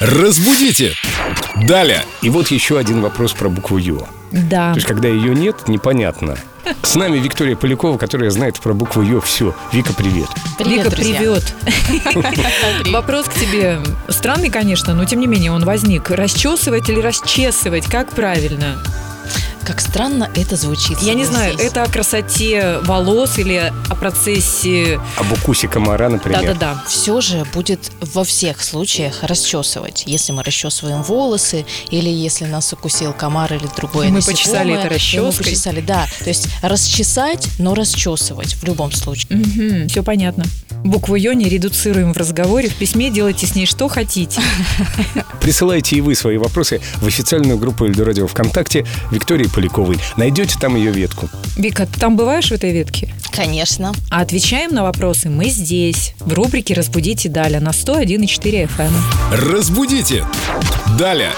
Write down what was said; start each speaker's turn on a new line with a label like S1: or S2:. S1: Разбудите! Далее. И вот еще один вопрос про букву Ю.
S2: Да.
S1: То есть, когда ее нет, непонятно. С нами Виктория Полякова, которая знает про букву Ё все. Вика, привет.
S3: Привет,
S2: Вика,
S3: друзья.
S2: привет. Вопрос к тебе. Странный, конечно, но тем не менее он возник. Расчесывать или расчесывать? Как правильно?
S3: Как странно это звучит.
S2: Я не знаю,
S3: согласись.
S2: это о красоте волос или о процессе...
S1: А укусе комара, например.
S2: Да-да-да.
S3: все же будет во всех случаях расчесывать. Если мы расчесываем волосы, или если нас укусил комар или другое
S2: И мы
S3: насекомое,
S2: почесали это
S3: и мы
S2: расческой.
S3: почесали, да. То есть расчесать, но расчесывать в любом случае.
S2: Все понятно. Букву Ё не редуцируем в разговоре, в письме делайте с ней что хотите.
S1: Присылайте и вы свои вопросы в официальную группу Эльдорадио ВКонтакте Виктории Поляковой. Найдете там ее ветку.
S2: Вика, ты там бываешь в этой ветке?
S3: Конечно.
S2: А отвечаем на вопросы мы здесь, в эм. рубрике «Разбудите Даля» на 101,4 FM.
S1: Разбудите! Далее.